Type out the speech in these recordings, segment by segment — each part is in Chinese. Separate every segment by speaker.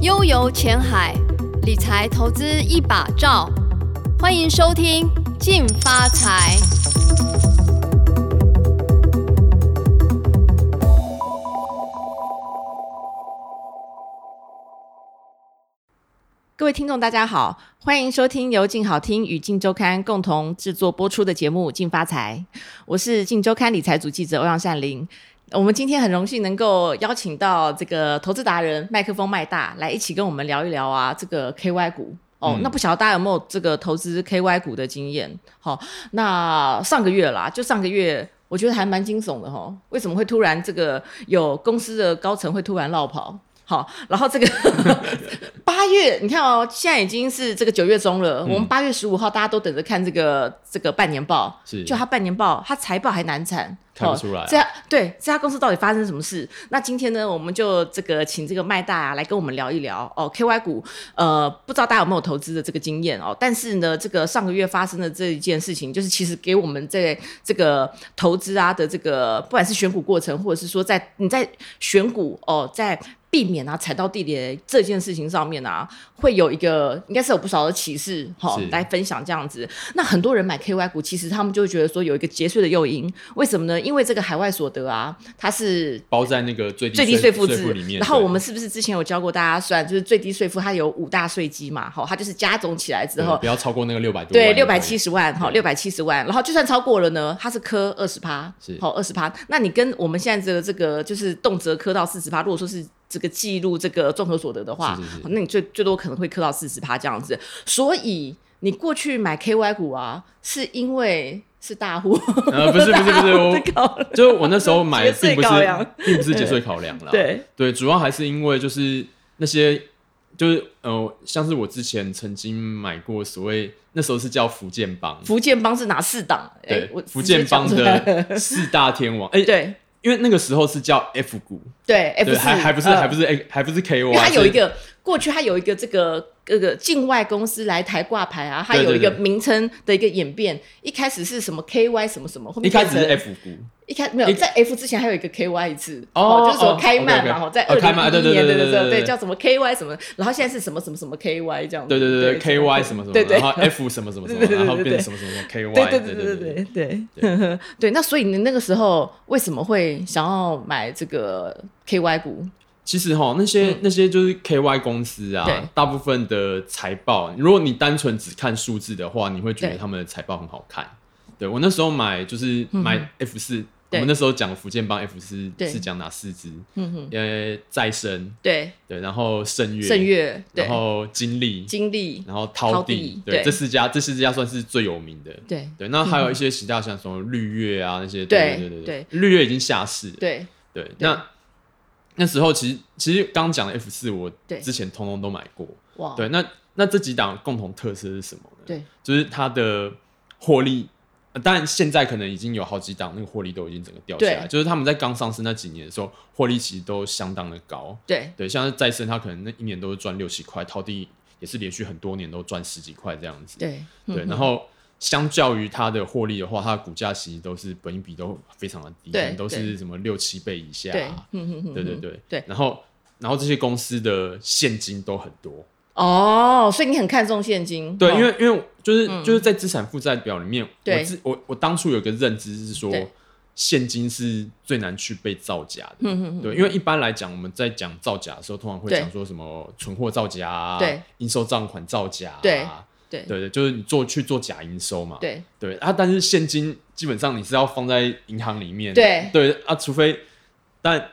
Speaker 1: 悠游前海，理财投资一把照。欢迎收听《进发财》。
Speaker 2: 各位听众，大家好，欢迎收听由静好听与静周刊共同制作播出的节目《静发财》，我是静周刊理财组记者欧阳善玲。我们今天很荣幸能够邀请到这个投资达人麦克风麦大来一起跟我们聊一聊啊，这个 KY 股。哦，那不晓得大家有没有这个投资 KY 股的经验？好、那上个月啦，就上个月，我觉得还蛮惊悚的哈、为什么会突然这个有公司的高层会突然落跑？好，然后这个八月，你看哦，现在已经是这个九月中了。我们八月十五号，大家都等着看这个这个半年报，
Speaker 3: 是
Speaker 2: 就他半年报，他财报还难产，哦
Speaker 3: 看不出来啊
Speaker 2: 这家对这家公司到底发生什么事？那今天呢，我们就这个请这个麦大啊来跟我们聊一聊哦，KY 股，呃，不知道大家有没有投资的这个经验哦？但是呢，这个上个月发生的这一件事情，就是其实给我们在这个投资啊的这个，不管是选股过程，或者是说在你在选股哦，在避免啊踩到地雷这件事情上面啊，会有一个应该是有不少的启示哈、哦
Speaker 3: 是，
Speaker 2: 来分享这样子。那很多人买 KY 股，其实他们就会觉得说有一个节税的诱因，为什么呢？因为这个海外所得啊，它是
Speaker 3: 包在那个最低
Speaker 2: 最低税负制
Speaker 3: 税里面。
Speaker 2: 然后
Speaker 3: 对
Speaker 2: 我们是不是之前有教过大家算，就是最低税负它有五大税基嘛，哈，它就是加总起来之
Speaker 3: 对
Speaker 2: 后
Speaker 3: 不，要超过那个六百多，
Speaker 2: 对，六百七
Speaker 3: 十，
Speaker 2: 十万，哈，
Speaker 3: 对
Speaker 2: 六百七十万，然后就算超过了呢，它是科二十趴，
Speaker 3: 是
Speaker 2: 好二十趴。那你跟我们现在这个这个就是动辄科到四十趴，如果说是。这个记录这个综合所得的话，
Speaker 3: 是是是
Speaker 2: 那你最最多可能会科到四十趴这样子。所以你过去买 KY 股啊，是因为是大户，
Speaker 3: 呃，不是不是不 是，我
Speaker 2: 这个
Speaker 3: 就我那时候买
Speaker 2: 节
Speaker 3: 的
Speaker 2: 税
Speaker 3: 并不
Speaker 2: 考量
Speaker 3: 是 并不是节税考量啦，
Speaker 2: 对
Speaker 3: 对，主要还是因为就是那些就是呃，像是我之前曾经买过所谓那时候是叫福建帮，
Speaker 2: 福建帮是哪四档？哎
Speaker 3: 对
Speaker 2: 我，
Speaker 3: 福建帮
Speaker 2: 直接讲出来
Speaker 3: 的 四大天王，哎，
Speaker 2: 对
Speaker 3: 因为那个时候是叫 F 股，
Speaker 2: 对 F
Speaker 3: 对，
Speaker 2: 四呃嗯
Speaker 3: 还还不是还不是 A 还不是 KY，
Speaker 2: 因为它有一
Speaker 3: 啊是
Speaker 2: 个过去，它有一个这个这个境外公司来台挂牌啊，它
Speaker 3: 对
Speaker 2: 有
Speaker 3: 对
Speaker 2: 一个
Speaker 3: 对
Speaker 2: 名称的一个演变。一开始是什么 KY 什么什么，后
Speaker 3: 一
Speaker 2: 面
Speaker 3: 开始是
Speaker 2: 变成
Speaker 3: F 股，
Speaker 2: 一开没有
Speaker 3: 一
Speaker 2: 在 F 之前还有一个 KY 一次
Speaker 3: 哦
Speaker 2: 就是说
Speaker 3: 哦
Speaker 2: 开曼嘛，
Speaker 3: OK，OK
Speaker 2: 哦在二
Speaker 3: 哦开
Speaker 2: 零
Speaker 3: 曼对
Speaker 2: 一一
Speaker 3: 对
Speaker 2: 年
Speaker 3: 对
Speaker 2: 的
Speaker 3: 对
Speaker 2: 时候，
Speaker 3: 对对
Speaker 2: 对叫什么 KY 什么，然后现在是什么什么什么 KY 这样子，
Speaker 3: 对对对对
Speaker 2: 什么
Speaker 3: ，KY 什么什么，
Speaker 2: 对对
Speaker 3: 然后 F 什么什么什么，
Speaker 2: 对对对
Speaker 3: 然后
Speaker 2: 对
Speaker 3: 变
Speaker 2: 对
Speaker 3: 成什么什么什么 KY，
Speaker 2: 对对
Speaker 3: 对
Speaker 2: 对
Speaker 3: 对
Speaker 2: 对对对对 对，那所以你那个时候为什么会想要买这个 KY 股？
Speaker 3: 其实哈，那些、那些就是 KY 公司啊
Speaker 2: 嗯对，
Speaker 3: 大部分的财报，如果你单纯只看数字的话，你会觉得
Speaker 2: 对
Speaker 3: 他们的财报很好看。对我那时候买就是买 F 四、我
Speaker 2: 嗯对
Speaker 3: 们那时候讲福建帮 F 四
Speaker 2: 对
Speaker 3: 是讲哪四支？
Speaker 2: 嗯哼，
Speaker 3: 呃，再生
Speaker 2: 对，
Speaker 3: 对，然后盛月，
Speaker 2: 盛月对
Speaker 3: 然，后金利，
Speaker 2: 经历
Speaker 3: 然后
Speaker 2: 陶
Speaker 3: 涛
Speaker 2: 地
Speaker 3: 地，对，
Speaker 2: 对
Speaker 3: 这四家这四家算是最有名的。
Speaker 2: 对
Speaker 3: 对，那还有一些其他像什么绿月啊那些，
Speaker 2: 对
Speaker 3: 对对
Speaker 2: 对
Speaker 3: 对，绿月已经下市了。
Speaker 2: 对
Speaker 3: 对，那那时候其实其实刚讲的 F 四，我
Speaker 2: 对
Speaker 3: 之前通通都买过。
Speaker 2: 哇
Speaker 3: 对，那那这几档共同特色是什么呢？，
Speaker 2: 对
Speaker 3: 就是它的获利，呃当然现在可能已经有好几档那个获利都已经整个掉下来，
Speaker 2: 对
Speaker 3: 就是他们在刚上市那几年的时候，获利其实都相当的高。
Speaker 2: 对
Speaker 3: 对，像是再生，它可能那一年都是赚六七块，陶地也是连续很多年都赚十几块这样子。
Speaker 2: 对嗯
Speaker 3: 对，然后相较于它的获利的话，它的股价其实都是本益比都非常的低，
Speaker 2: 对
Speaker 3: 可能都
Speaker 2: 对
Speaker 3: 是什么六七倍以下、啊
Speaker 2: 对，嗯哼哼
Speaker 3: 对对
Speaker 2: 哼
Speaker 3: 对
Speaker 2: 对
Speaker 3: 然后然后这些公司的现金都很多，
Speaker 2: 哦，所以你很看重现金，
Speaker 3: 对，
Speaker 2: 哦嗯
Speaker 3: 因为因为就是、就是在资产负债表里面，
Speaker 2: 对
Speaker 3: 我自我我当初有个认知是说
Speaker 2: 对。
Speaker 3: 现金是最难去被造假的，
Speaker 2: 嗯嗯
Speaker 3: 对，因为一般来讲，我们在讲造假的时候，通常会
Speaker 2: 对
Speaker 3: 讲说什么存货造假啊，
Speaker 2: 对，
Speaker 3: 应收账款造假、啊，
Speaker 2: 对对
Speaker 3: 对对，就是你做去做假营收嘛，
Speaker 2: 对
Speaker 3: 对啊，但是现金基本上你是要放在银行里面，
Speaker 2: 对
Speaker 3: 对啊，除非但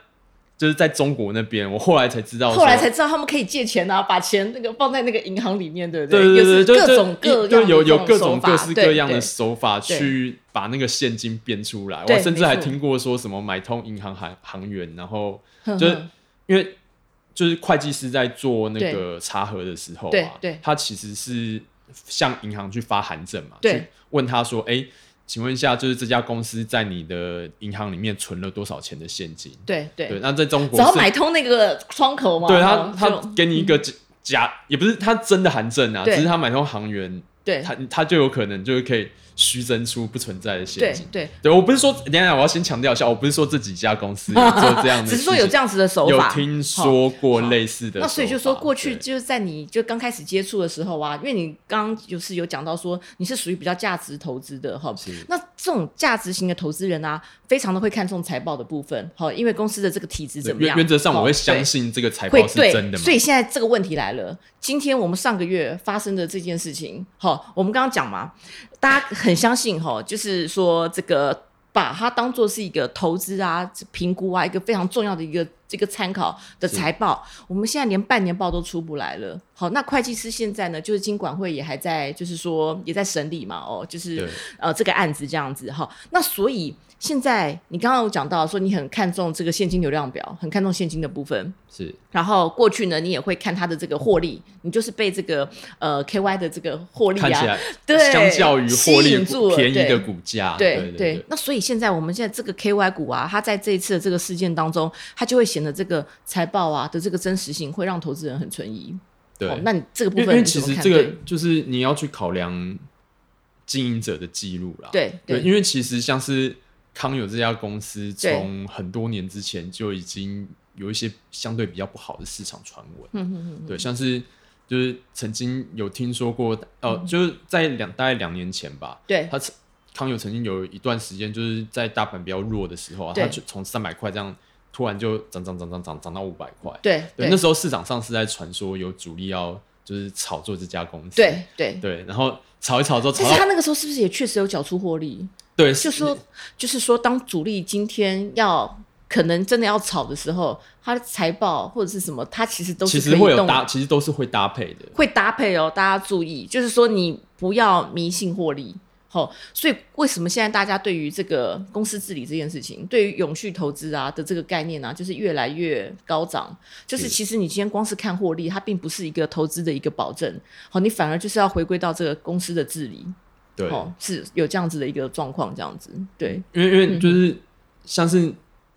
Speaker 3: 就是在中国那边，我后来才知道说，
Speaker 2: 后来才知道他们可以借钱啊，把钱那个放在那个银行里面，对不
Speaker 3: 对
Speaker 2: 也
Speaker 3: 对对，
Speaker 2: 是
Speaker 3: 就
Speaker 2: 各
Speaker 3: 就
Speaker 2: 种各样
Speaker 3: 就
Speaker 2: 的
Speaker 3: 有有
Speaker 2: 这种
Speaker 3: 各
Speaker 2: 手
Speaker 3: 种
Speaker 2: 法
Speaker 3: 各式各样的
Speaker 2: 对
Speaker 3: 手法
Speaker 2: 对
Speaker 3: 去把那个现金变出来，
Speaker 2: 对
Speaker 3: 我甚至
Speaker 2: 没
Speaker 3: 还
Speaker 2: 错
Speaker 3: 听过说什么买通银行行行员，然后
Speaker 2: 对
Speaker 3: 就是
Speaker 2: 嗯哼哼
Speaker 3: 因为就是会计师在做那个查核的时候啊，
Speaker 2: 对对
Speaker 3: 他其实是向银行去发函证嘛，
Speaker 2: 对，
Speaker 3: 问他说，哎、请问一下，就是这家公司在你的银行里面存了多少钱的现金？
Speaker 2: 对
Speaker 3: 对，
Speaker 2: 对，
Speaker 3: 那在中国
Speaker 2: 只要
Speaker 3: 是
Speaker 2: 买通那个窗口嘛，
Speaker 3: 对他
Speaker 2: 哦就
Speaker 3: 他给你一个假，假也不是他真的函证啊，
Speaker 2: 对
Speaker 3: 只是他买通行员
Speaker 2: 对
Speaker 3: 它它就有可能就是可以虚增出不存在的陷
Speaker 2: 对
Speaker 3: 阱。
Speaker 2: 对，
Speaker 3: 对我不是说，等一下我要先强调一下，我不是说这几家公司有做这样 的，
Speaker 2: 只是说有这。样子的手
Speaker 3: 有
Speaker 2: 法，
Speaker 3: 听说过类似的手法、
Speaker 2: 那所以就说，过去
Speaker 3: 对
Speaker 2: 就是在你就刚开始接触的时候啊，因为你刚刚就是有讲到说你是属于比较价值投资的哈
Speaker 3: 是，
Speaker 2: 那这种价值型的投资人啊，非常的会看重财报的部分，好，因为公司的这个体质
Speaker 3: 对
Speaker 2: 怎么
Speaker 3: 原
Speaker 2: 样？
Speaker 3: 原则上我
Speaker 2: 齁
Speaker 3: 会
Speaker 2: 对
Speaker 3: 相信这个财
Speaker 2: 会
Speaker 3: 报哦是
Speaker 2: 对，
Speaker 3: 真的嘛
Speaker 2: 所？以现在这个问题来了，今天我们上个月发生的这件事情，好，我们刚刚讲嘛，大家很相信哈，就是说这个把它当做是一个投资啊、评估啊一个非常重要的一个这个参考的财报，我们现在连半年报都出不来了。好，那会计师现在呢，就是金管会也还在，就是说也在审理嘛，哦，就是
Speaker 3: 对，
Speaker 2: 呃这个案子这样子哈。那所以现在你刚刚有讲到说你很看重这个现金流量表，很看重现金的部分。
Speaker 3: 是
Speaker 2: 然后过去呢，你也会看它的这个获利，你就是被这个呃 KY 的这个获利
Speaker 3: 看起
Speaker 2: 啊，
Speaker 3: 来
Speaker 2: 对
Speaker 3: 相较于获
Speaker 2: 吸
Speaker 3: 利
Speaker 2: 引住了
Speaker 3: 便宜的
Speaker 2: 对
Speaker 3: 股价，
Speaker 2: 对
Speaker 3: 对
Speaker 2: 那所以现在我们现在这个 KY 股啊，它在这一次的这个事件当中，它就会显得这个财报啊的这个真实性会让投资人很存疑。
Speaker 3: 对
Speaker 2: 哦，那你这个部
Speaker 3: 因为因
Speaker 2: 分
Speaker 3: 为
Speaker 2: 你
Speaker 3: 其
Speaker 2: 怎么
Speaker 3: 实
Speaker 2: 看？
Speaker 3: 这个就是你要去考量经营者的记录啦，
Speaker 2: 对
Speaker 3: 对，
Speaker 2: 对
Speaker 3: 因为其实像是康友这家公司，
Speaker 2: 对
Speaker 3: 从很多年之前就已经有一些相对比较不好的市场传闻，
Speaker 2: 嗯嗯嗯，
Speaker 3: 对，像是就是曾经有听说过，呃，就是在两大概两年前吧，
Speaker 2: 嗯对
Speaker 3: 他曾康友曾经有一段时间就是在大盘比较弱的时候啊，
Speaker 2: 对
Speaker 3: 他就从三百块这样突然就涨涨涨涨涨涨到五百块，
Speaker 2: 对
Speaker 3: 对，那时候市场上是在传说有主力要就是炒作这家公司，
Speaker 2: 对对。
Speaker 3: 对，然后炒一炒之后炒
Speaker 2: 但是他
Speaker 3: 到
Speaker 2: 那个时候是不是也确实有缴出获利？
Speaker 3: 对，
Speaker 2: 就是说，就是说，当主力今天要可能真的要炒的时候，它的财报或者是什么，它其实都
Speaker 3: 其
Speaker 2: 是
Speaker 3: 实
Speaker 2: 可以
Speaker 3: 会有
Speaker 2: 动
Speaker 3: 搭，其实都是会搭配的，
Speaker 2: 会搭配哦，大家注意，就是说你不要迷信获利。好、所以为什么现在大家对于这个公司治理这件事情，对于永续投资啊的这个概念啊，就是越来越高涨。就是
Speaker 3: 是
Speaker 2: 其实你今天光是看获利，它并不是一个投资的一个保证，好、你反而就是要回归到这个公司的治理，
Speaker 3: 对，
Speaker 2: 哦，是有这样子的一个状况，这样子，对，
Speaker 3: 因为因为就是像是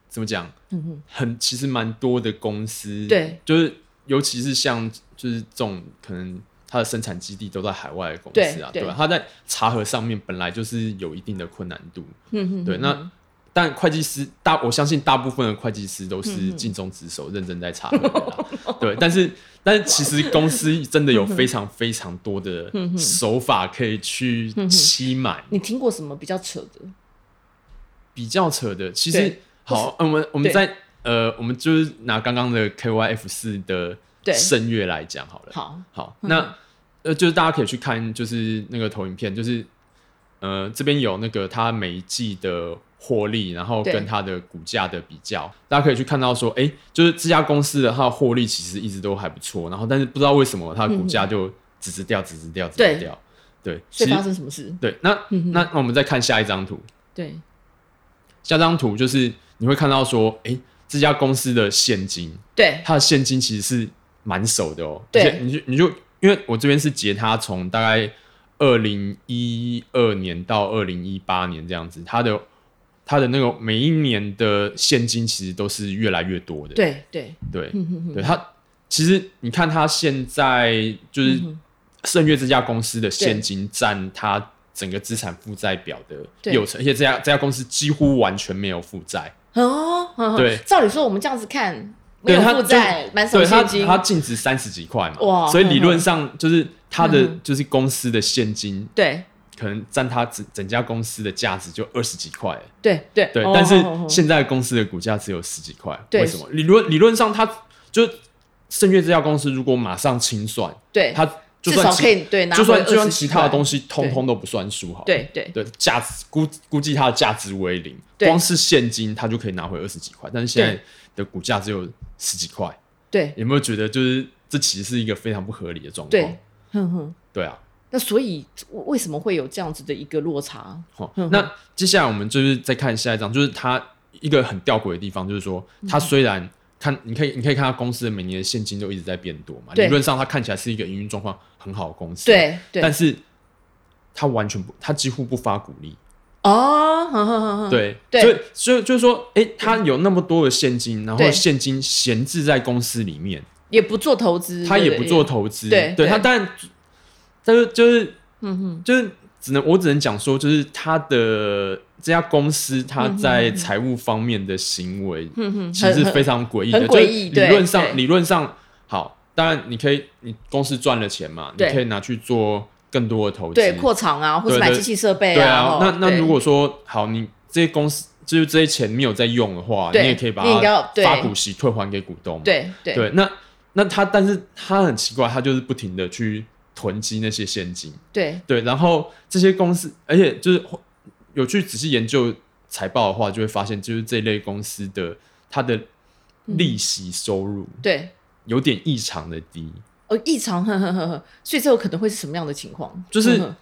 Speaker 3: 怎么讲，
Speaker 2: 嗯哼，
Speaker 3: 很其实蛮多的公司，
Speaker 2: 对，
Speaker 3: 就是尤其是像就是这种可能。它的生产基地都在海外的公司啊，
Speaker 2: 对
Speaker 3: 对吧
Speaker 2: 对？
Speaker 3: 它在查核上面本来就是有一定的困难度，
Speaker 2: 嗯哼，
Speaker 3: 对，那但会计师大，我相信大部分的会计师都是尽忠职守，认真在查核的啦 对，但是但是其实公司真的有非常非常多的手法可以去欺瞒。
Speaker 2: 你听过什么比较扯的？
Speaker 3: 比较扯的，其
Speaker 2: 对
Speaker 3: 实好，嗯我们我们
Speaker 2: 对
Speaker 3: 在呃，我们就是拿刚刚的 KYF 四的
Speaker 2: 对
Speaker 3: 声乐来讲好了。
Speaker 2: 好，
Speaker 3: 好，那呃，就是大家可以去看，就是那个投影片，就是呃，这边有那个它每一季的获利，然后
Speaker 2: 对
Speaker 3: 跟它的股价的比较，大家可以去看到说，哎、就是这家公司的它的获利其实一直都还不错，然后但是不知道为什么它的股价就直直掉，直直掉，直
Speaker 2: 嗯对
Speaker 3: 直掉。对，其
Speaker 2: 所以
Speaker 3: 实
Speaker 2: 发生什么事？
Speaker 3: 对，那
Speaker 2: 嗯哼
Speaker 3: 那那我们再看下一张图，
Speaker 2: 对，
Speaker 3: 下张图就是你会看到说，哎、这家公司的现金，
Speaker 2: 对，
Speaker 3: 它的现金其实是蛮熟的哦。
Speaker 2: 对
Speaker 3: 而且你就你就因为我这边是截它从大概二零一二年到二零一八年这样子，它的它的那个每一年的现金其实都是越来越多的。
Speaker 2: 对，对，
Speaker 3: 对
Speaker 2: 嗯哼哼
Speaker 3: 对，它其实你看它现在
Speaker 2: 嗯
Speaker 3: 就是盛月这家公司的现金占它。整个资产负债表的
Speaker 2: 对
Speaker 3: 六成，而且这家这家公司几乎完全没有负债，
Speaker 2: 哦，呵呵
Speaker 3: 对
Speaker 2: 照理说我们这样子看，没
Speaker 3: 对
Speaker 2: 有
Speaker 3: 他
Speaker 2: 负债，满手
Speaker 3: 对他
Speaker 2: 现金，
Speaker 3: 他净值三十几块嘛，
Speaker 2: 哇
Speaker 3: 所以
Speaker 2: 嗯
Speaker 3: 理
Speaker 2: 哼
Speaker 3: 论上就是他的
Speaker 2: 嗯哼
Speaker 3: 就是公司的现金
Speaker 2: 对
Speaker 3: 可能占他整整家公司的价值就二十几块，
Speaker 2: 对对
Speaker 3: 对，
Speaker 2: 哦
Speaker 3: 但是
Speaker 2: 哦哦哦
Speaker 3: 现在公司的股价只有十几块，
Speaker 2: 对
Speaker 3: 为什么？理论理论上他就盛月这家公司如果马上清算，
Speaker 2: 对，
Speaker 3: 他就
Speaker 2: 至
Speaker 3: 算
Speaker 2: 少
Speaker 3: 其
Speaker 2: 可以对拿
Speaker 3: 就算
Speaker 2: 回
Speaker 3: 就算
Speaker 2: 20
Speaker 3: 其他
Speaker 2: 块
Speaker 3: 的东西通通都不算数好了，
Speaker 2: 对对
Speaker 3: 对价值估估计它的价值为零，
Speaker 2: 对
Speaker 3: 光是现金它就可以拿回二十几块，但是现在
Speaker 2: 对
Speaker 3: 的股价只有十几块。
Speaker 2: 对
Speaker 3: 有没有觉得就是这其实是一个非常不合理的状况？
Speaker 2: 对，哼哼。
Speaker 3: 对啊，
Speaker 2: 那所以为为什么会有这样子的一个落差？
Speaker 3: 好
Speaker 2: 嗯哼，
Speaker 3: 那接下来我们就是再看下一张，就是它一个很吊诡的地方，就是说它虽然看你可以你可以看它公司的每年的现金都一直在变多嘛，
Speaker 2: 对
Speaker 3: 理论上它看起来是一个营运状况很好的公司，，
Speaker 2: 对对，
Speaker 3: 但是它完全不，它几乎不发股利，
Speaker 2: 哦，哼哼哼哼，
Speaker 3: 对，
Speaker 2: 对
Speaker 3: 所以所以就是说，哎，它有那么多的现金，然后
Speaker 2: 对
Speaker 3: 现金闲置在公司里面，
Speaker 2: 也不做投资，
Speaker 3: 他
Speaker 2: 对
Speaker 3: 也
Speaker 2: 对
Speaker 3: 不做投资，
Speaker 2: 对对
Speaker 3: 他但但是就是
Speaker 2: 嗯哼，
Speaker 3: 就是只能我只能讲说，就是他的这家公司他在财务方面的行为，
Speaker 2: 嗯哼，
Speaker 3: 其实是非常诡异的。
Speaker 2: 很很
Speaker 3: 就
Speaker 2: 诡
Speaker 3: 是
Speaker 2: 异
Speaker 3: 理
Speaker 2: 对
Speaker 3: 论
Speaker 2: 对
Speaker 3: 上，理论上好，当然你可以，你公司赚了钱嘛，你
Speaker 2: 对
Speaker 3: 可以拿去做更多的投资。
Speaker 2: 对扩厂啊，或者
Speaker 3: 对
Speaker 2: 买
Speaker 3: 对
Speaker 2: 机器设备
Speaker 3: 对
Speaker 2: 啊
Speaker 3: 啊，
Speaker 2: 哦
Speaker 3: 那那
Speaker 2: 对
Speaker 3: 如果说好，你这些公司就是这些钱没有在用的话，你
Speaker 2: 对
Speaker 3: 也可以把
Speaker 2: 你也要
Speaker 3: 它
Speaker 2: 对
Speaker 3: 发股息退还给股东嘛。
Speaker 2: 对对
Speaker 3: 对，那那他但是他很奇怪，他就是不停的去囤积那些现金。
Speaker 2: 对
Speaker 3: 对，然后这些公司，而且就是有去仔细研究财报的话，就会发现，就是这类公司的它的
Speaker 2: 嗯
Speaker 3: 利息收入
Speaker 2: 对，
Speaker 3: 有点异常的低，
Speaker 2: 哦，异常，呵呵呵呵，所以这有可能会是什么样的情况？
Speaker 3: 就是
Speaker 2: 呵呵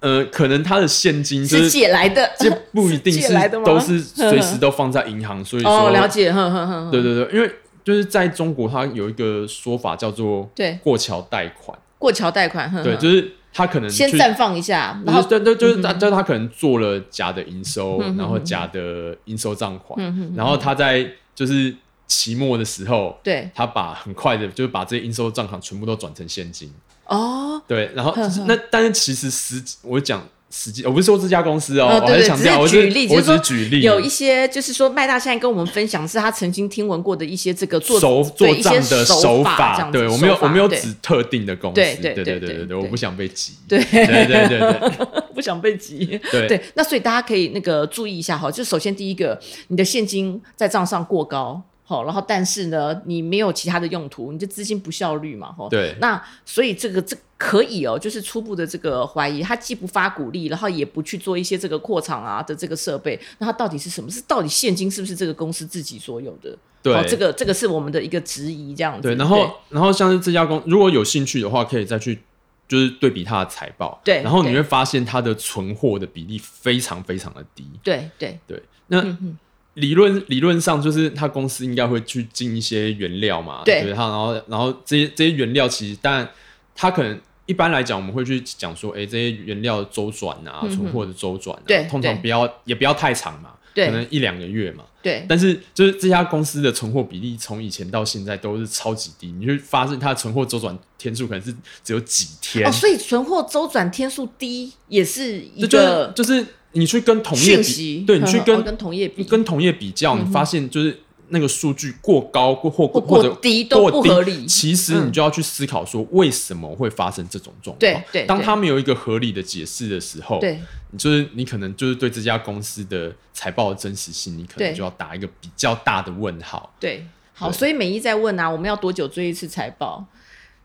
Speaker 3: 呃，可能它的现金就是是
Speaker 2: 借来的，
Speaker 3: 这不一定
Speaker 2: 借
Speaker 3: 是
Speaker 2: 来的吗
Speaker 3: 都是随时都放在银行，所以说
Speaker 2: 哦，了解，哼哼哼，
Speaker 3: 对，对对，因为就是在中国，它有一个说法叫做
Speaker 2: 对
Speaker 3: 过桥贷款，
Speaker 2: 过桥贷款，哼，
Speaker 3: 对，
Speaker 2: 哼
Speaker 3: 就是他可能
Speaker 2: 先
Speaker 3: 去
Speaker 2: 绽放一下，然
Speaker 3: 就
Speaker 2: 后嗯
Speaker 3: 是对对，就是他，就是他可能做了假的营收，
Speaker 2: 嗯哼
Speaker 3: 然后
Speaker 2: 嗯哼
Speaker 3: 假的应收账款，
Speaker 2: 嗯哼嗯哼
Speaker 3: 然后他在就是期末的时候，
Speaker 2: 对，
Speaker 3: 他把很快的就是把这些应收账款全部都转成现金，
Speaker 2: 哦，
Speaker 3: 对，然后
Speaker 2: 呵呵
Speaker 3: 那但是其实实际我讲实际，我不是说这家公司哦，
Speaker 2: 哦对
Speaker 3: 我还
Speaker 2: 对
Speaker 3: 是强调，我
Speaker 2: 只是
Speaker 3: 是
Speaker 2: 举例
Speaker 3: 我
Speaker 2: 就是
Speaker 3: 只
Speaker 2: 说
Speaker 3: 是举例，
Speaker 2: 有一些就是说麦大现在跟我们分享是他曾经听闻过的一些这个做
Speaker 3: 手做
Speaker 2: 对一
Speaker 3: 账
Speaker 2: 些
Speaker 3: 的
Speaker 2: 手这
Speaker 3: 法，
Speaker 2: 样子
Speaker 3: 对我没有
Speaker 2: 手法
Speaker 3: 我没有
Speaker 2: 对
Speaker 3: 指特定的公司，
Speaker 2: 对
Speaker 3: 对
Speaker 2: 对对
Speaker 3: 对对
Speaker 2: 对
Speaker 3: 对
Speaker 2: 对
Speaker 3: 对，我不想被挤，
Speaker 2: 对
Speaker 3: 对对对对
Speaker 2: 不想被急。
Speaker 3: 对
Speaker 2: 对，那所以大家可以那个注意一下哈，就首先第一个，你的现金在账上过高。好，然后但是呢，你没有其他的用途，你的资金不效率嘛，哈。
Speaker 3: 对
Speaker 2: 那所以这个这可以哦，就是初步的这个怀疑，他既不发鼓励，然后也不去做一些这个扩厂啊的这个设备，那他到底是什么？是到底现金是不是这个公司自己所有的？
Speaker 3: 对
Speaker 2: 好哦这个这个是我们的一个质疑，这样子。
Speaker 3: 对，然后然后像是这家公，如果有兴趣的话，可以再去就是对比它的财报，
Speaker 2: 对
Speaker 3: 然后你
Speaker 2: 对
Speaker 3: 会发现它的存货的比例非常非常的低，
Speaker 2: 对对
Speaker 3: 对，那。
Speaker 2: 嗯
Speaker 3: 理论理论上就是他公司应该会去进一些原料嘛，
Speaker 2: 对
Speaker 3: 他然后然后这些这些原料其实，当然他可能一般来讲我们会去讲说，哎、这些原料的周转啊，存货的周转、啊，
Speaker 2: 嗯对
Speaker 3: 通
Speaker 2: 对
Speaker 3: 常不要也不要太长嘛，
Speaker 2: 对
Speaker 3: 可能一两个月嘛，
Speaker 2: 对
Speaker 3: 但是就是这家公司的存货比例从以前到现在都是超级低，你就发现它的存货周转天数可能是只有几天，
Speaker 2: 哦，所以存货周转天数低也是一
Speaker 3: 这就是
Speaker 2: 个
Speaker 3: 就是你去跟同业
Speaker 2: 讯息
Speaker 3: 比，，对你
Speaker 2: 呵
Speaker 3: 去
Speaker 2: 呵
Speaker 3: 跟、
Speaker 2: 哦跟同业比，
Speaker 3: 跟同业比较，你发现就是那个数据过高过或
Speaker 2: 或
Speaker 3: 或
Speaker 2: 过
Speaker 3: 者
Speaker 2: 低都
Speaker 3: 过
Speaker 2: 不
Speaker 3: 低
Speaker 2: 合理嗯
Speaker 3: 其实你就要去思考说为什么会发生这种状况。
Speaker 2: 对对
Speaker 3: 当
Speaker 2: 对
Speaker 3: 他们有一个合理的解释的时候，
Speaker 2: 对
Speaker 3: 你就是你可能就是对这家公司的财报的真实性，你可
Speaker 2: 对
Speaker 3: 能就要打一个比较大的问号。
Speaker 2: 对。好，
Speaker 3: 对
Speaker 2: 所以美一在问啊，我们要多久追一次财报？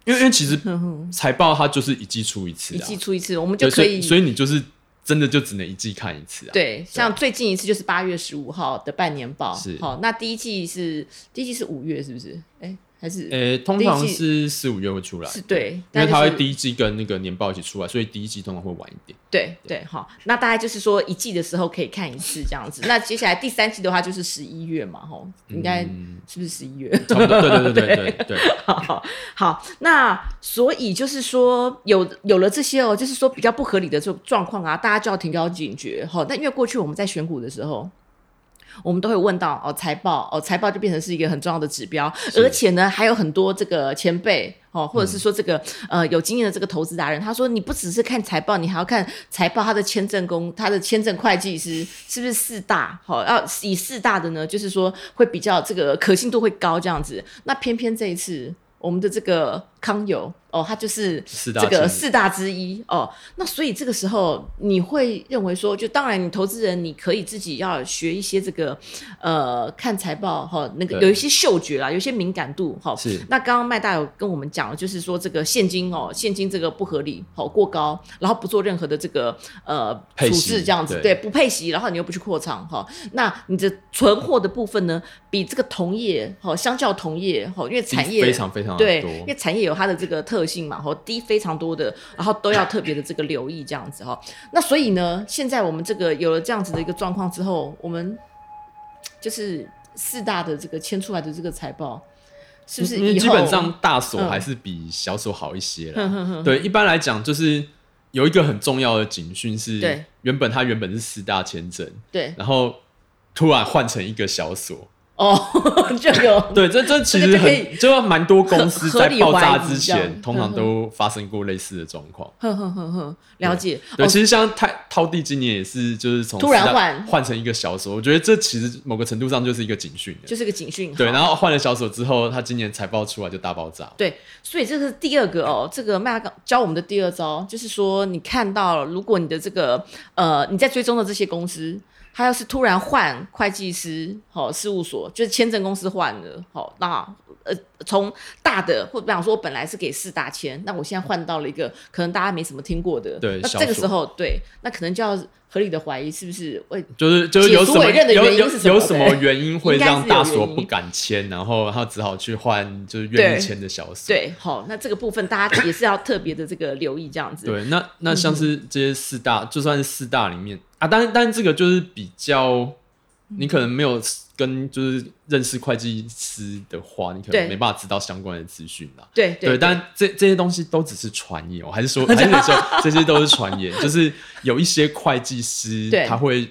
Speaker 3: 因为因为其实
Speaker 2: 哼哼
Speaker 3: 财报它就是一季出一次
Speaker 2: 一
Speaker 3: 啊，
Speaker 2: 季出一次，我们就
Speaker 3: 对
Speaker 2: 可
Speaker 3: 所
Speaker 2: 以
Speaker 3: 以所以你就是真的就只能一季看一次啊。
Speaker 2: 对，像最近一次就是八月十五号的半年报。
Speaker 3: 是
Speaker 2: 好，那第一季是第一季是五月，是不是？哎，还是
Speaker 3: 呃，通常是四五月会出来，
Speaker 2: 是对
Speaker 3: 因
Speaker 2: 但
Speaker 3: 为
Speaker 2: 就是
Speaker 3: 它会第一季跟那个年报一起出来，所以第一季通常会晚一点。
Speaker 2: 对对，好，那大概就是说一季的时候可以看一次这样子。那接下来第三季的话就是十一月嘛，吼，应该是不是十一月？
Speaker 3: 嗯差不多， 对对对对对对，
Speaker 2: 好，好，那所以就是说，有有了这些哦，就是说比较不合理的这种状况啊，大家就要提高警觉哈。但因为过去我们在选股的时候。我们都会问到哦，财报哦，财报就变成是一个很重要的指标，而且呢，还有很多这个前辈哦，或者是
Speaker 3: 嗯
Speaker 2: 说这个、呃有经验的这个投资达人，他说你不只是看财报，你还要看财报他的签证工，他的签证会计师是不是四大？好、要以四大的呢，就是说会比较这个可信度会高这样子。那偏偏这一次我们的这个康友哦，他就是
Speaker 3: 四大
Speaker 2: 这个
Speaker 3: 之一
Speaker 2: 四大之一哦。那所以这个时候你会认为说，就当然你投资人你可以自己要学一些这个呃看财报哈、那个
Speaker 3: 对
Speaker 2: 有一些嗅觉啦，有一些敏感度哈、
Speaker 3: 是
Speaker 2: 那刚刚麦大有跟我们讲了，就是说这个现金哦，现金这个不合理，好、过高，然后不做任何的这个呃
Speaker 3: 配
Speaker 2: 处
Speaker 3: 息
Speaker 2: 置这样子，对，
Speaker 3: 对
Speaker 2: 不配息，然后你又不去扩仓哈、那你的存货的部分呢，比这个同业哈、相较同业哈、因为
Speaker 3: 低
Speaker 2: 产业
Speaker 3: 非常非常
Speaker 2: 对
Speaker 3: 的，
Speaker 2: 因
Speaker 3: 啊多
Speaker 2: 为。产业有它的这个特性嘛，吼，低非常多的，然后都要特别的这个留意这样子哈。那所以呢，现在我们这个有了这样子的一个状况之后，我们就是四大的这个签出来的这个财报，是不是
Speaker 3: 因为
Speaker 2: 以
Speaker 3: 嗯基
Speaker 2: 后
Speaker 3: 本上大手
Speaker 2: 嗯
Speaker 3: 还是比小手好一些
Speaker 2: 哼哼
Speaker 3: 啦。对，一般来讲就是有一个很重要的警讯
Speaker 2: 对
Speaker 3: 是，原本它原本是四大签证，
Speaker 2: 对
Speaker 3: 然后突然换成一个小锁，
Speaker 2: 哦， 就有
Speaker 3: 对，这这其
Speaker 2: 这
Speaker 3: 实
Speaker 2: 个就可以
Speaker 3: 很，就蛮多公司
Speaker 2: 合合
Speaker 3: 在
Speaker 2: 理
Speaker 3: 爆炸
Speaker 2: 怀疑
Speaker 3: 之
Speaker 2: 这样
Speaker 3: 前，通常都发生过类似的状况。
Speaker 2: 呵呵呵呵，了解。
Speaker 3: 对，
Speaker 2: 哦
Speaker 3: 其实像泰涛弟今年也是，就是从
Speaker 2: 突然
Speaker 3: 四大
Speaker 2: 换
Speaker 3: 换成一个小手，我觉得这其实某个程度上就是一个警讯。
Speaker 2: 就是个警讯。
Speaker 3: 对，
Speaker 2: 好
Speaker 3: 然后换了小手之后，他今年财报出来就大爆炸。
Speaker 2: 对，所以这个是第二个哦，这个麦刚教我们的第二招，就是说你看到了，如果你的这个呃你在追踪的这些公司，它要是突然换会计师哦事务所，就是签证公司换了，好、哦、那呃从大的或比方说我本来是给四大签，那我现在换到了一个可能大家没什么听过的，
Speaker 3: 对
Speaker 2: 那
Speaker 3: 小
Speaker 2: 这个
Speaker 3: 所
Speaker 2: 时候对，那可能就要合理的怀疑是不是为
Speaker 3: 就是就是有
Speaker 2: 解
Speaker 3: 什
Speaker 2: 苏
Speaker 3: 么
Speaker 2: 委任的
Speaker 3: 有
Speaker 2: 原因
Speaker 3: 有
Speaker 2: 是什么
Speaker 3: 有什么原因会让大
Speaker 2: 应该是有
Speaker 3: 所
Speaker 2: 原因
Speaker 3: 不敢签，然后他只好去换就是愿
Speaker 2: 对
Speaker 3: 意签的小所。
Speaker 2: 对好、那这个部分大家也是要特别的这个留意这样子，嗯
Speaker 3: 对，那那像是这些四大，就算是四大里面啊，当然，当然这个就是比较，
Speaker 2: 嗯
Speaker 3: 你可能没有跟就是认识会计师的话，你可
Speaker 2: 对
Speaker 3: 能没办法知道相关的资讯啦。
Speaker 2: 对对
Speaker 3: 对，但这这些东西都只是传言，哦我还 是说，还是得说这些都是传言，就是有一些会计师
Speaker 2: 对
Speaker 3: 他会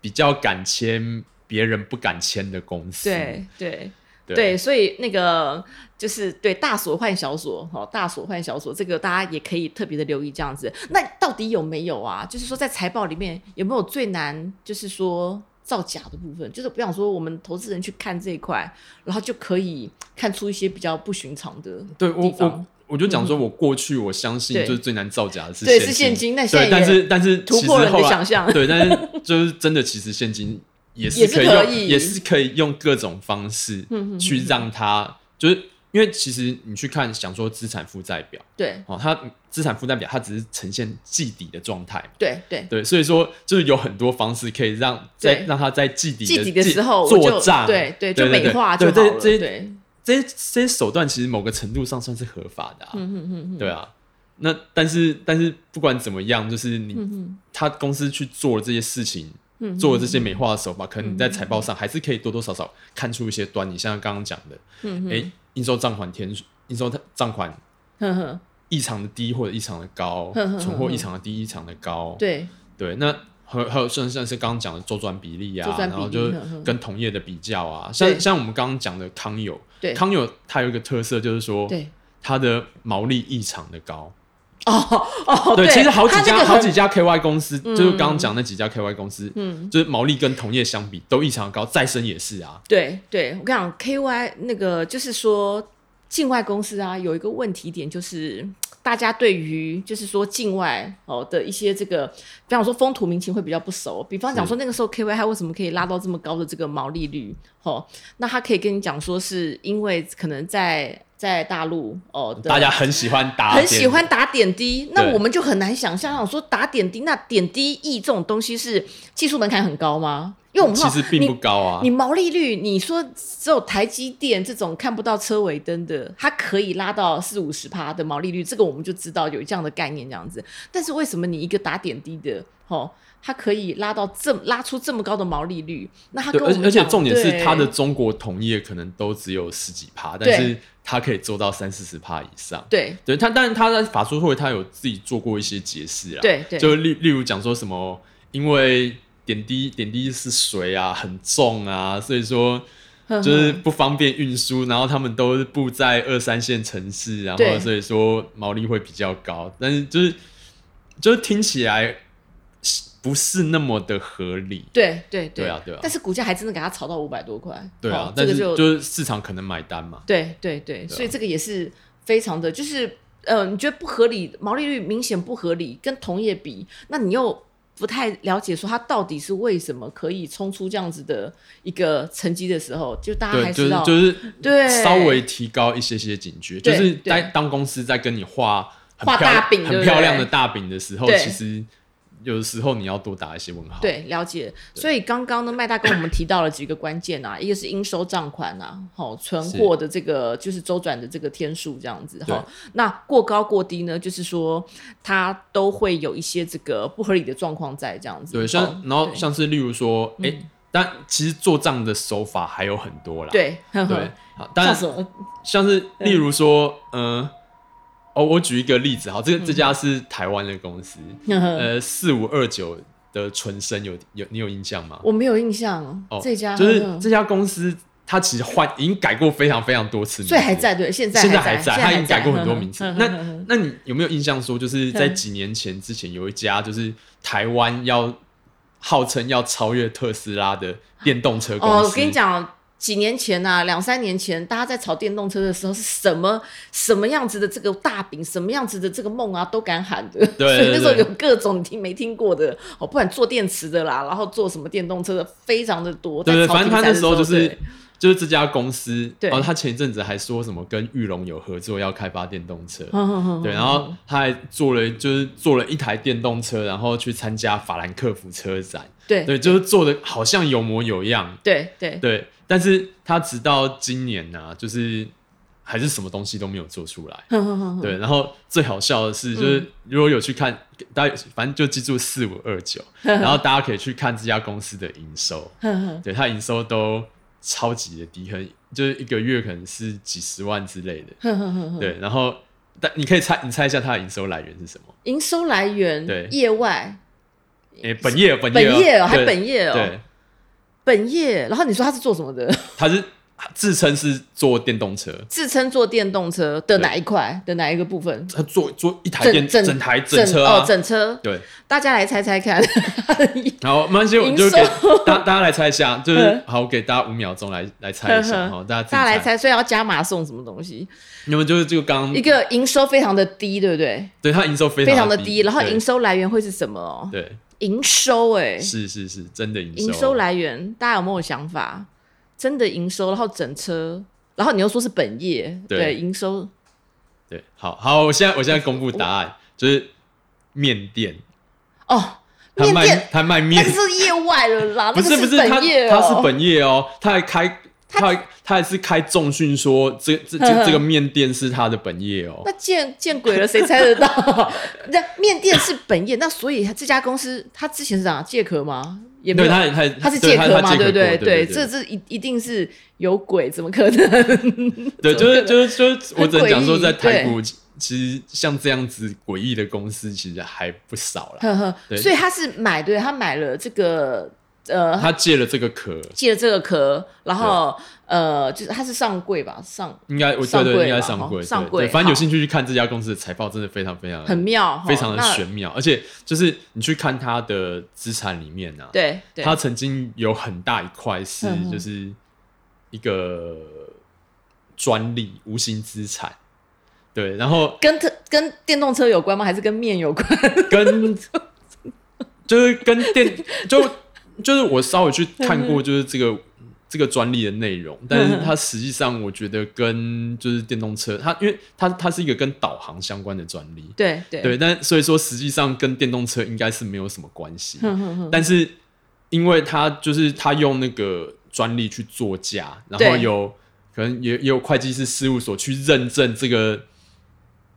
Speaker 3: 比较敢签别人不敢签的公司，
Speaker 2: 对对
Speaker 3: 对
Speaker 2: 对，所以那个就是对大所换小所，哈、哦，大所换小所，这个大家也可以特别的留意这样子。那到底有没有啊？就是说在财报里面有没有最难，就是说造假的部分？就是不想说我们投资人去看这一块，然后就可以看出一些比较不寻常的。
Speaker 3: 对我
Speaker 2: 地方嗯
Speaker 3: 我我就讲说，我过去我相信
Speaker 2: 对
Speaker 3: 就是最难造假的是
Speaker 2: 对
Speaker 3: 金
Speaker 2: 是现金那现在
Speaker 3: 对，但
Speaker 2: 也
Speaker 3: 是但是
Speaker 2: 突
Speaker 3: 其实
Speaker 2: 破了你的
Speaker 3: 后来
Speaker 2: 想象
Speaker 3: 对，但是就是真的，其实现金也
Speaker 2: 也
Speaker 3: 是
Speaker 2: 是
Speaker 3: 可以
Speaker 2: 可
Speaker 3: 用，
Speaker 2: 以嗯
Speaker 3: 也是可以用各种方式去让它，就是因为其实你去看，想说资产负债表
Speaker 2: 对
Speaker 3: 哦，它资产负债表它只是呈现季底的状态。
Speaker 2: 对对
Speaker 3: 对，所以说就是有很多方式可以让在
Speaker 2: 对
Speaker 3: 让它在季底
Speaker 2: 季底的时候我就
Speaker 3: 做账，
Speaker 2: 对对，
Speaker 3: 对，
Speaker 2: 就
Speaker 3: 对
Speaker 2: 美化就
Speaker 3: 对
Speaker 2: 好了。
Speaker 3: 对这这
Speaker 2: 对
Speaker 3: 这些这些手段其实某个程度上算是合法的、啊，
Speaker 2: 嗯嗯嗯嗯，
Speaker 3: 对啊。那但是但是不管怎么样，就是你、
Speaker 2: 嗯
Speaker 3: 他公司去做这些事情，
Speaker 2: 嗯
Speaker 3: 做这些美化的手法，可能你在财报上还是可以多多少少看出一些端倪。像刚刚讲的，
Speaker 2: 嗯
Speaker 3: 哎、应收账款天数、应收账款
Speaker 2: 哼哼，
Speaker 3: 异常的低或者异常的高，
Speaker 2: 哼哼
Speaker 3: 存货
Speaker 2: 哼
Speaker 3: 异常的低、异常的高，
Speaker 2: 对
Speaker 3: 对，那还有还有像像是刚刚讲的周转比例啊，
Speaker 2: 周转比
Speaker 3: 然
Speaker 2: 例
Speaker 3: 后就是
Speaker 2: 嗯嗯
Speaker 3: 跟同业的比较啊，
Speaker 2: 对
Speaker 3: 像像我们刚刚讲的康友，
Speaker 2: 对
Speaker 3: 康友它有一个特色就是说，
Speaker 2: 对。
Speaker 3: 它的毛利异常的高。
Speaker 2: 哦哦，
Speaker 3: 对，其实好几
Speaker 2: 他这
Speaker 3: 家
Speaker 2: 个
Speaker 3: 好
Speaker 2: 很
Speaker 3: 几家 KY 公司，就是刚刚讲那几家 KY 公司，
Speaker 2: 嗯
Speaker 3: 就是毛利跟同业相比都异常高，再生也是啊。
Speaker 2: 对对，我跟你讲，KY 那个就是说，境外公司啊，有一个问题点就是，大家对于就是说境外哦的一些这个，比方说风土民情会比较不熟。比方讲
Speaker 3: 是
Speaker 2: 说那个时候 KY 它为什么可以拉到这么高的这个毛利率？哦，那他可以跟你讲说，是因为可能在在大陆哦，的
Speaker 3: 大家很喜欢打，
Speaker 2: 很喜欢打点滴，那
Speaker 3: 对
Speaker 2: 我们就很难想象，想说打点滴，那点滴液这种东西是技术门槛很高吗？因为我们
Speaker 3: 其
Speaker 2: 说
Speaker 3: 实并不高啊
Speaker 2: 你。毛利率，你说只有台积电这种看不到车尾灯的，它可以拉到四五十趴的毛利率，这个我们就知道有这样的概念这样子。但是为什么你一个打点滴的，哦，它可以拉到这拉出这么高的毛利率？那它
Speaker 3: 对，
Speaker 2: 跟我
Speaker 3: 而
Speaker 2: 们
Speaker 3: 且而且
Speaker 2: 讲
Speaker 3: 重点是
Speaker 2: 对
Speaker 3: 它的中国同业可能都只有十几趴，但
Speaker 2: 对
Speaker 3: 是它可以做到三四十趴以上。
Speaker 2: 对
Speaker 3: 对他，但是他在法说会，他有自己做过一些解释啊。
Speaker 2: 对对
Speaker 3: 就例例如讲说什么，因为点滴点滴是水啊，很重啊，所以说
Speaker 2: 呵呵
Speaker 3: 就是不方便运输，然后他们都是布在二三线城市，然
Speaker 2: 对
Speaker 3: 后所以说毛利会比较高，但是就是就是听起来不是那么的合理。
Speaker 2: 对对对
Speaker 3: 对啊对啊
Speaker 2: 但是股价还真的给它炒到五百多块，
Speaker 3: 对啊，
Speaker 2: 哦这
Speaker 3: 但
Speaker 2: 个
Speaker 3: 是
Speaker 2: 就
Speaker 3: 就是市场可能买单嘛。
Speaker 2: 对对对，
Speaker 3: 啊
Speaker 2: 所以这个也是非常的，就是呃，你觉得不合理，毛利率明显不合理，跟同业比，那你又不太了解说它到底是为什么可以冲出这样子的一个成绩的时候，就大家
Speaker 3: 对，
Speaker 2: 还
Speaker 3: 就
Speaker 2: 知
Speaker 3: 是
Speaker 2: 道，
Speaker 3: 就是
Speaker 2: 对
Speaker 3: 稍微提高一些些警觉，就
Speaker 2: 对
Speaker 3: 是在
Speaker 2: 对
Speaker 3: 当公司在跟你画很
Speaker 2: 画
Speaker 3: 漂
Speaker 2: 大饼对
Speaker 3: 很
Speaker 2: 不
Speaker 3: 漂亮
Speaker 2: 对
Speaker 3: 的大饼的时候，
Speaker 2: 对
Speaker 3: 其实有的时候你要多打一些问号。
Speaker 2: 对，了解。所以刚刚呢，麦大跟我们提到了几个关键啊，一个是应收账款啊，好、存货的这个就是周转的这个天数这样子哈、
Speaker 3: 对
Speaker 2: 那过高过低呢，就是说它都会有一些这个不合理的状况在这样子。
Speaker 3: 对，
Speaker 2: 齁
Speaker 3: 像然后
Speaker 2: 对嗯
Speaker 3: 像是例如说，哎、但其实做账的手法还有很多啦。
Speaker 2: 对嗯呵呵
Speaker 3: 对，好，当然
Speaker 2: 像什么
Speaker 3: 像是例如说，嗯、哦，我举一个例子，好，这
Speaker 2: 嗯
Speaker 3: 个这家是台湾的公司，
Speaker 2: 呵呵
Speaker 3: 呃，四五二九的纯生有有你有印象吗？
Speaker 2: 我没有印象
Speaker 3: 哦，
Speaker 2: 这家
Speaker 3: 就是
Speaker 2: 嗯
Speaker 3: 这家公司，他其实换已经改过非常非常多次名字，
Speaker 2: 所以还在对，现在哦
Speaker 3: 现在
Speaker 2: 还
Speaker 3: 还在，他已经改过很多名字。那
Speaker 2: 那
Speaker 3: 那你有没有印象说，就是在
Speaker 2: 嗯
Speaker 3: 几年前之前有一家就是台湾要号称要超越特斯拉的电动车公司？
Speaker 2: 哦，我跟你，讲。几年前呐、啊，两三年前，大家在炒电动车的时候，是什么什么样子的这个大饼，什么样子的这个梦啊，都敢喊的。
Speaker 3: 对
Speaker 2: 所以那时候
Speaker 3: 对
Speaker 2: 有各种你听没听过的哦，不管做电池的啦，然后做什么电动车的，非常的多。
Speaker 3: 对
Speaker 2: 在
Speaker 3: 对，
Speaker 2: 炒
Speaker 3: 反正他
Speaker 2: 题材
Speaker 3: 那
Speaker 2: 的
Speaker 3: 时候就是
Speaker 2: 对
Speaker 3: 就是这家公司，
Speaker 2: 对
Speaker 3: 然后他前一阵子还说什么跟玉龙有合作要开发电动车，
Speaker 2: 嗯嗯嗯
Speaker 3: 对，然后他还做了就是做了一台电动车，然后去参加法兰克福车展，
Speaker 2: 对
Speaker 3: 对，就是做的好像有模有样，
Speaker 2: 对对
Speaker 3: 对，但是他直到今年呢、就是还是什么东西都没有做出来。
Speaker 2: 哼哼哼哼
Speaker 3: 对，然后最好笑的是，
Speaker 2: 嗯
Speaker 3: 就是如果有去看，大家反正就记住四五 二九，然后大家可以去看这家公司的营收，
Speaker 2: 哼哼
Speaker 3: 对它营收都超级的低，很就是一个月可能是几十万之类的，
Speaker 2: 哼哼哼哼
Speaker 3: 对，然后但你可以猜，你猜一下它的营收来源是什么？
Speaker 2: 营收来源
Speaker 3: 对
Speaker 2: 业外
Speaker 3: 诶，本业本
Speaker 2: 本
Speaker 3: 业
Speaker 2: 业哦，还
Speaker 3: 对
Speaker 2: 本业哦，
Speaker 3: 对，
Speaker 2: 本业。然后你说他是做什么的？
Speaker 3: 它是自称是做电动车，
Speaker 2: 自称做电动车的
Speaker 3: 对
Speaker 2: 哪一块的哪一个部分？
Speaker 3: 它做做一台电整台整车
Speaker 2: 哦
Speaker 3: 啊，，
Speaker 2: 整车，
Speaker 3: 对，
Speaker 2: 大家来猜猜 看。
Speaker 3: 然后没关系，我
Speaker 2: 营
Speaker 3: 就
Speaker 2: 收
Speaker 3: 给大大家来猜一下，就是
Speaker 2: 嗯
Speaker 3: 好，我给大家五秒钟来来猜一
Speaker 2: 呵
Speaker 3: 下
Speaker 2: 呵
Speaker 3: 哈，大家自己
Speaker 2: 大家来，猜，所以要加码送什么东西？
Speaker 3: 你们就是就刚
Speaker 2: 一个营收非常的低，对不对？
Speaker 3: 对它营收嗯非
Speaker 2: 非常
Speaker 3: 常
Speaker 2: 的
Speaker 3: 的
Speaker 2: 低，然后
Speaker 3: 对
Speaker 2: 营收来源会是什么哦？
Speaker 3: 对
Speaker 2: 营收哎，
Speaker 3: 是是是真的营收啊
Speaker 2: 营收来源，大家有没有想法？真的营收，然后整车，然后你又说是本业，
Speaker 3: 对
Speaker 2: 对，营收
Speaker 3: 对，好好，我现在我现在公布答案，就是面店，
Speaker 2: 哦，
Speaker 3: 他
Speaker 2: 面
Speaker 3: 卖
Speaker 2: 店
Speaker 3: 他卖
Speaker 2: 那
Speaker 3: 面
Speaker 2: 个，是业外了啦，
Speaker 3: 不
Speaker 2: 那个
Speaker 3: 不是他
Speaker 2: 本业
Speaker 3: 他
Speaker 2: 哦，
Speaker 3: 是本业哦，他还开他还他还是开重训说这这
Speaker 2: 呵呵
Speaker 3: 这这个面店是他的本业哦
Speaker 2: 那，见见鬼了，谁猜得到？那面店是本业，那所以这家公司它之前是哪借壳吗？也没
Speaker 3: 对
Speaker 2: 有，
Speaker 3: 他他
Speaker 2: 它是
Speaker 3: 对
Speaker 2: 借壳
Speaker 3: 他
Speaker 2: 嘛，
Speaker 3: 借
Speaker 2: 对
Speaker 3: 壳
Speaker 2: 不对？
Speaker 3: 过对
Speaker 2: 这这一一定是有鬼，怎么可能？
Speaker 3: 对，
Speaker 2: 怎
Speaker 3: 就
Speaker 2: 么
Speaker 3: 是就是就是，我只能讲说，
Speaker 2: 很诡异
Speaker 3: 在台股其实像这样子诡异的公司，其实还不少啦。
Speaker 2: 呵呵
Speaker 3: 对
Speaker 2: 所以他是买，对他买了这个呃，
Speaker 3: 他借了这个壳，
Speaker 2: 借了这个壳，然后呃，就是他是上柜吧，上
Speaker 3: 应该我
Speaker 2: 上
Speaker 3: 觉
Speaker 2: 柜
Speaker 3: 得应该
Speaker 2: 了
Speaker 3: 上
Speaker 2: 哦
Speaker 3: 柜，对
Speaker 2: 上
Speaker 3: 对
Speaker 2: 柜
Speaker 3: 反正有
Speaker 2: 好
Speaker 3: 兴趣去看这家公司的财报，真的非常非常
Speaker 2: 很妙哈，哦
Speaker 3: 非常的
Speaker 2: 那
Speaker 3: 玄妙，而且就是你去看他的资产里面呢，
Speaker 2: 对对，
Speaker 3: 他曾经有很大一块是
Speaker 2: 嗯嗯
Speaker 3: 就是一个专利无形资产，对，然后
Speaker 2: 跟特跟电动车有关吗？还是跟面有关？
Speaker 3: 跟就是跟电就就是我稍微去看
Speaker 2: 嗯
Speaker 3: 过，就是这个这个专利的内容，但是它实际上我觉得跟就是电动车，它因为它它是一个跟导航相关的专利，
Speaker 2: 对对
Speaker 3: 对，但所以说实际上跟电动车应该是没有什么关系，
Speaker 2: 哼哼哼
Speaker 3: 但是因为它就是它用那个专利去作价，然后
Speaker 2: 对
Speaker 3: 有可能也也有会计师事务所去认证这个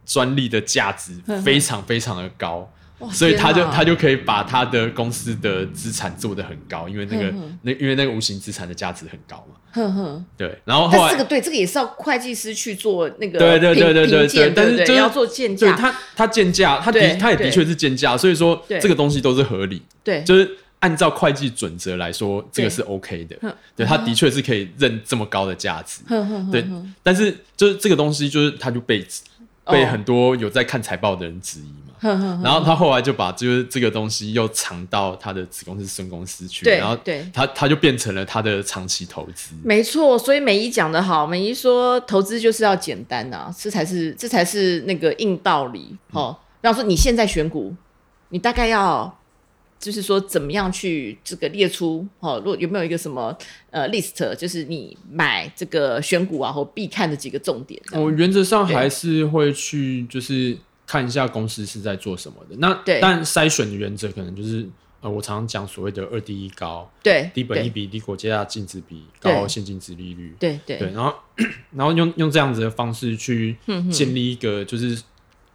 Speaker 3: 专利的价值
Speaker 2: 嗯哼哼
Speaker 3: 非常非常的高。
Speaker 2: 哇
Speaker 3: 所以他就
Speaker 2: 天哪
Speaker 3: 他就可以把他的公司的资产做得很高，因为那个
Speaker 2: 哼哼
Speaker 3: 那因为那个无形资产的价值很高嘛。
Speaker 2: 哼哼。
Speaker 3: 对，然后后
Speaker 2: 但是
Speaker 3: 来
Speaker 2: 这个对，这个也是要会计师去做那个
Speaker 3: 对对对
Speaker 2: 评
Speaker 3: 对对
Speaker 2: 评鉴对
Speaker 3: 但是
Speaker 2: 不对
Speaker 3: 就是
Speaker 2: 要做鉴
Speaker 3: 对
Speaker 2: 价，
Speaker 3: 他他建价，他
Speaker 2: 对
Speaker 3: 的他也的
Speaker 2: 对
Speaker 3: 确是建价，所以说
Speaker 2: 对
Speaker 3: 这个东西都是合理，
Speaker 2: 对
Speaker 3: 就是按照会计准则来说，这个
Speaker 2: 对
Speaker 3: 是 OK 的
Speaker 2: 哼。
Speaker 3: 对，他的确是可以认这么高的价值。
Speaker 2: 哼哼哼
Speaker 3: 对，但是就是这个东西，就是他就被
Speaker 2: 嗯哦
Speaker 3: 被很多有在看财报的人质疑嘛。
Speaker 2: 哼哼哼
Speaker 3: 然后他后来就把就是这个东西又藏到他的子公司孙公司去，
Speaker 2: 对
Speaker 3: 然后
Speaker 2: 对嗯
Speaker 3: 他他就变成了他的长期投资。
Speaker 2: 没错，所以美姨讲的好，美姨说投资就是要简单呐、这才是这才是那个硬道理
Speaker 3: 嗯
Speaker 2: 哦。然后说你现在选股，你大概要就是说怎么样去这个列出哦，如果有没有一个什么呃 list，就是你买这个选股啊或必看的几个重点这样。
Speaker 3: 我哦原则上
Speaker 2: 对
Speaker 3: 还是会去就是看一下公司是在做什么的。那
Speaker 2: 对
Speaker 3: 但筛选的原则可能就是呃，我常常讲所谓的二低一高，
Speaker 2: 对，
Speaker 3: 低本
Speaker 2: 对
Speaker 3: 益比、低国际价净值比、
Speaker 2: 对
Speaker 3: 高现金值利率。
Speaker 2: 对对
Speaker 3: 对，然后 然后用用这样子的方式去建立一个就是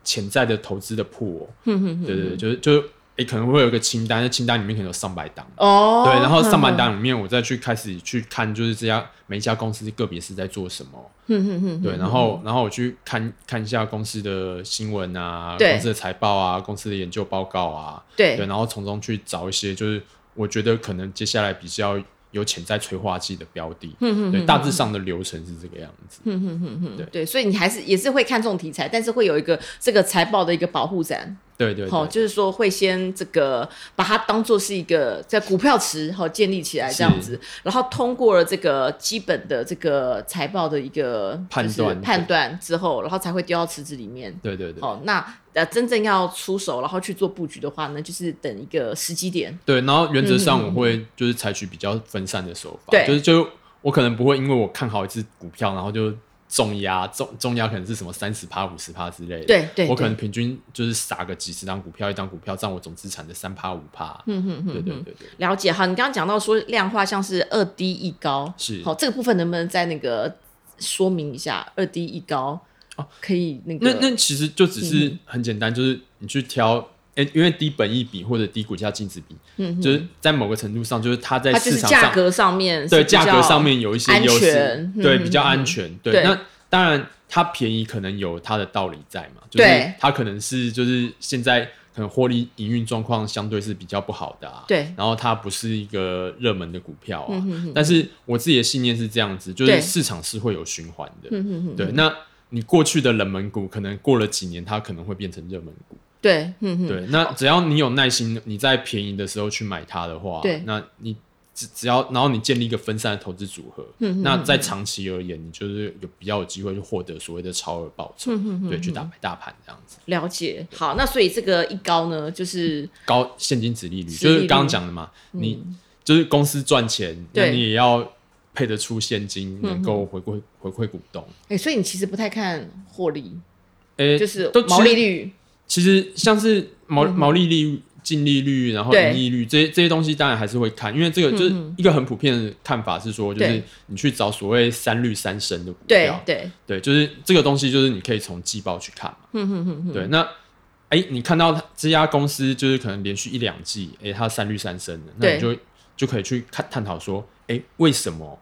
Speaker 3: 潜在的投资的铺哦。
Speaker 2: 哼哼哼
Speaker 3: 对对对，就是就是诶，可能会有一个清单，那清单里面可能有上百档。
Speaker 2: 哦，
Speaker 3: 对，然后上百
Speaker 2: 哼
Speaker 3: 档里面，我再去开始去看，就是这家每一家公司个别是在做什么。
Speaker 2: 哼哼哼，
Speaker 3: 对，然后然后我去看看一下公司的新闻啊，
Speaker 2: 对
Speaker 3: 公司的财报啊，公司的研究报告啊，
Speaker 2: 对
Speaker 3: 对，然后从中去找一些就是我觉得可能接下来比较有潜在催化剂的标的。
Speaker 2: 嗯
Speaker 3: 对，大致上的流程是这个样子。
Speaker 2: 对，所以你还是也是会看重题材，但是会有一个这个财报的一个保护伞，
Speaker 3: 对对
Speaker 2: 好、
Speaker 3: 对，
Speaker 2: 就是说会先这个把它当做是一个在股票池好、建立起来这样子，然后通过了这个基本的这个财报的一个
Speaker 3: 判
Speaker 2: 就是
Speaker 3: 断
Speaker 2: 判断之后，然后才会丢到池子里面。
Speaker 3: 对对对。
Speaker 2: 好、那呃真正要出手然后去做布局的话呢，就是等一个时机点。
Speaker 3: 对，然后原则
Speaker 2: 嗯
Speaker 3: 上我会就是采取比较分散的手法，
Speaker 2: 对
Speaker 3: 就是就我可能不会因为我看好一只股票，然后就重压重重压可能是什么三十趴五十趴之类的，
Speaker 2: 对对
Speaker 3: 我可
Speaker 2: 对
Speaker 3: 能平均就是撒个几十张股票，一张股票占我总资产的三趴五趴，嗯哼哼，对对对对，
Speaker 2: 了解好，你刚刚讲到说量化像是二低一高，
Speaker 3: 是
Speaker 2: 好这个部分能不能再那个说明一下？二低一高
Speaker 3: 哦
Speaker 2: 可以那个
Speaker 3: 那那其实就只
Speaker 2: 嗯
Speaker 3: 是很简单，就是你去挑，诶因为低本益比或者低股价净值比，
Speaker 2: 嗯哼
Speaker 3: 就是在某个程度上，就是它在
Speaker 2: 它就
Speaker 3: 市
Speaker 2: 是
Speaker 3: 场
Speaker 2: 价
Speaker 3: 上
Speaker 2: 格上面
Speaker 3: 对
Speaker 2: 是比较
Speaker 3: 价格上面有一些
Speaker 2: 安
Speaker 3: 优势
Speaker 2: 全，嗯
Speaker 3: 对
Speaker 2: 嗯
Speaker 3: 比较
Speaker 2: 嗯
Speaker 3: 安全。对，
Speaker 2: 对
Speaker 3: 那当然它便宜可能有它的道理在嘛，就是
Speaker 2: 对
Speaker 3: 它可能是就是现在可能获利营运状况相对是比较不好的啊，
Speaker 2: 对
Speaker 3: 然后它不是一个热门的股票啊，
Speaker 2: 嗯哼哼
Speaker 3: 但是我自己的信念是这样子，就是
Speaker 2: 对
Speaker 3: 市场是会有循环的，
Speaker 2: 嗯哼哼
Speaker 3: 对，那。你过去的冷门股，可能过了几年，它可能会变成热门股。
Speaker 2: 对嗯哼
Speaker 3: 对，那只要你有耐心，你在便宜的时候去买它的话，
Speaker 2: 对
Speaker 3: 那你只只要然后你建立一个分散的投资组合，
Speaker 2: 嗯哼
Speaker 3: 那在长期而言，你就是有比较有机会去获得所谓的超额报
Speaker 2: 嗯
Speaker 3: 酬，对，去打败大盘这样子。
Speaker 2: 了解好，那所以这个一高呢，就是
Speaker 3: 高现金值利率
Speaker 2: 殖利
Speaker 3: 就
Speaker 2: 率嗯
Speaker 3: 是刚刚讲的嘛，你就是公司赚钱，那
Speaker 2: 对嗯
Speaker 3: 你也要配得出现金，能够回馈回馈股东。
Speaker 2: 哎、所以你其实不太看获利，
Speaker 3: 诶、
Speaker 2: 嗯就是
Speaker 3: 都其实
Speaker 2: 毛利率，
Speaker 3: 其实像是毛、毛利率、净利率，然后
Speaker 2: 对嗯
Speaker 3: 盈利率这些这些东西，当然还是会看，因为这个就是一个很普遍的看法是说，就是
Speaker 2: 对
Speaker 3: 你去找所谓三率三升的股
Speaker 2: 对
Speaker 3: 票，
Speaker 2: 对
Speaker 3: 对就是这个东西，就是你可以从季报去看嘛，嗯哼哼对，那。哎、你看到它这家公司就是可能连续一两季，哎、它三率三升的，那你
Speaker 2: 对
Speaker 3: 就就可以去看探讨说，哎、为什么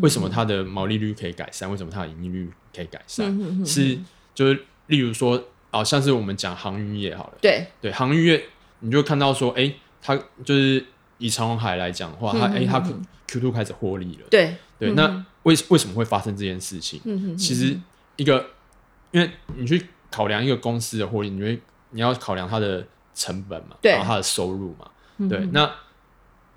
Speaker 3: 为什么它的毛利率可以改善？为什么它的盈利率可以改善？
Speaker 2: 嗯哼哼
Speaker 3: 是就是例如说，哦，像是我们讲航运业好了，
Speaker 2: 对
Speaker 3: 对航运业，你就看到说，哎、它就是以长荣海来讲的话，它哎、它 Q two 开始获利了，
Speaker 2: 对
Speaker 3: 对，那为为什么会发生这件事情？
Speaker 2: 嗯
Speaker 3: 其实一个，因为你去考量一个公司的获利，你会你要考量它的成本嘛，
Speaker 2: 对嗯
Speaker 3: 然后它的收入嘛，对，那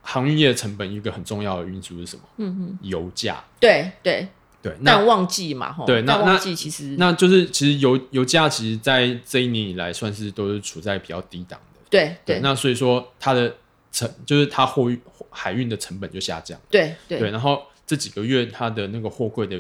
Speaker 3: 航运业的成本一个很重要的因素是什么？
Speaker 2: 嗯
Speaker 3: 油价，
Speaker 2: 对对，
Speaker 3: 对，那
Speaker 2: 淡旺季嘛吼，
Speaker 3: 对那
Speaker 2: 淡
Speaker 3: 那
Speaker 2: 旺季其实
Speaker 3: 那就是其实油油价其实在这一年以来算是都是处在比较低档的，
Speaker 2: 对对
Speaker 3: 那所以说它的成就是它货运海运的成本就下降，
Speaker 2: 对对
Speaker 3: 然后这几个月它的那个货柜的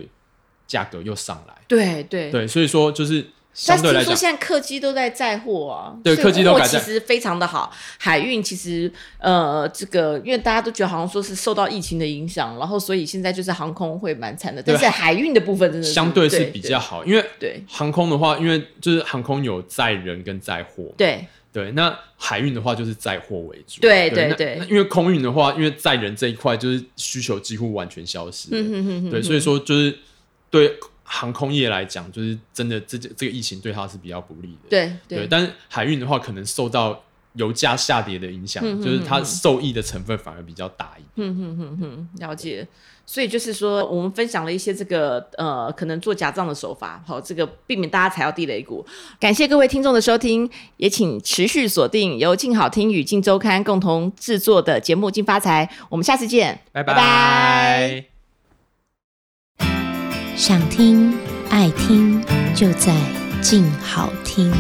Speaker 3: 价格又上来，
Speaker 2: 对对
Speaker 3: 对，所以说就是
Speaker 2: 但
Speaker 3: 相
Speaker 2: 是
Speaker 3: 对
Speaker 2: 听
Speaker 3: 来
Speaker 2: 说
Speaker 3: 讲，
Speaker 2: 现在客机都在载货啊，
Speaker 3: 对
Speaker 2: 所以
Speaker 3: 客机都
Speaker 2: 货
Speaker 3: 改
Speaker 2: 其
Speaker 3: 载
Speaker 2: 实非常的好。海运其实呃，这个因为大家都觉得好像说是受到疫情的影响，然后所以现在就是航空会蛮惨的，
Speaker 3: 对
Speaker 2: 但是海运的部分真的
Speaker 3: 相对
Speaker 2: 对
Speaker 3: 是比较好，因为
Speaker 2: 对
Speaker 3: 航空的话，因为就是航空有载人跟载货嘛，
Speaker 2: 对
Speaker 3: 对，那海运的话就是载货为主，
Speaker 2: 对
Speaker 3: 对
Speaker 2: 对
Speaker 3: 那
Speaker 2: 对
Speaker 3: 那因为空运的话，因为载人这一块就是需求几乎完全消失了，
Speaker 2: 嗯哼哼哼
Speaker 3: 对，所以说就是对航空业来讲，就是真的这这个疫情对它是比较不利的，
Speaker 2: 对
Speaker 3: 对，
Speaker 2: 对
Speaker 3: 但是海运的话，可能受到油价下跌的影响，
Speaker 2: 嗯嗯
Speaker 3: 就是它受益的成分反而比较大一点。
Speaker 2: 嗯哼哼哼，了解。所以就是说，我们分享了一些这个呃，可能做假账的手法，好，这个避免大家踩到地雷股。感谢各位听众的收听，也请持续锁定由静好听与静周刊共同制作的节目《静发财》，我们下次见，
Speaker 3: 拜拜
Speaker 4: 想听爱听就在静好听。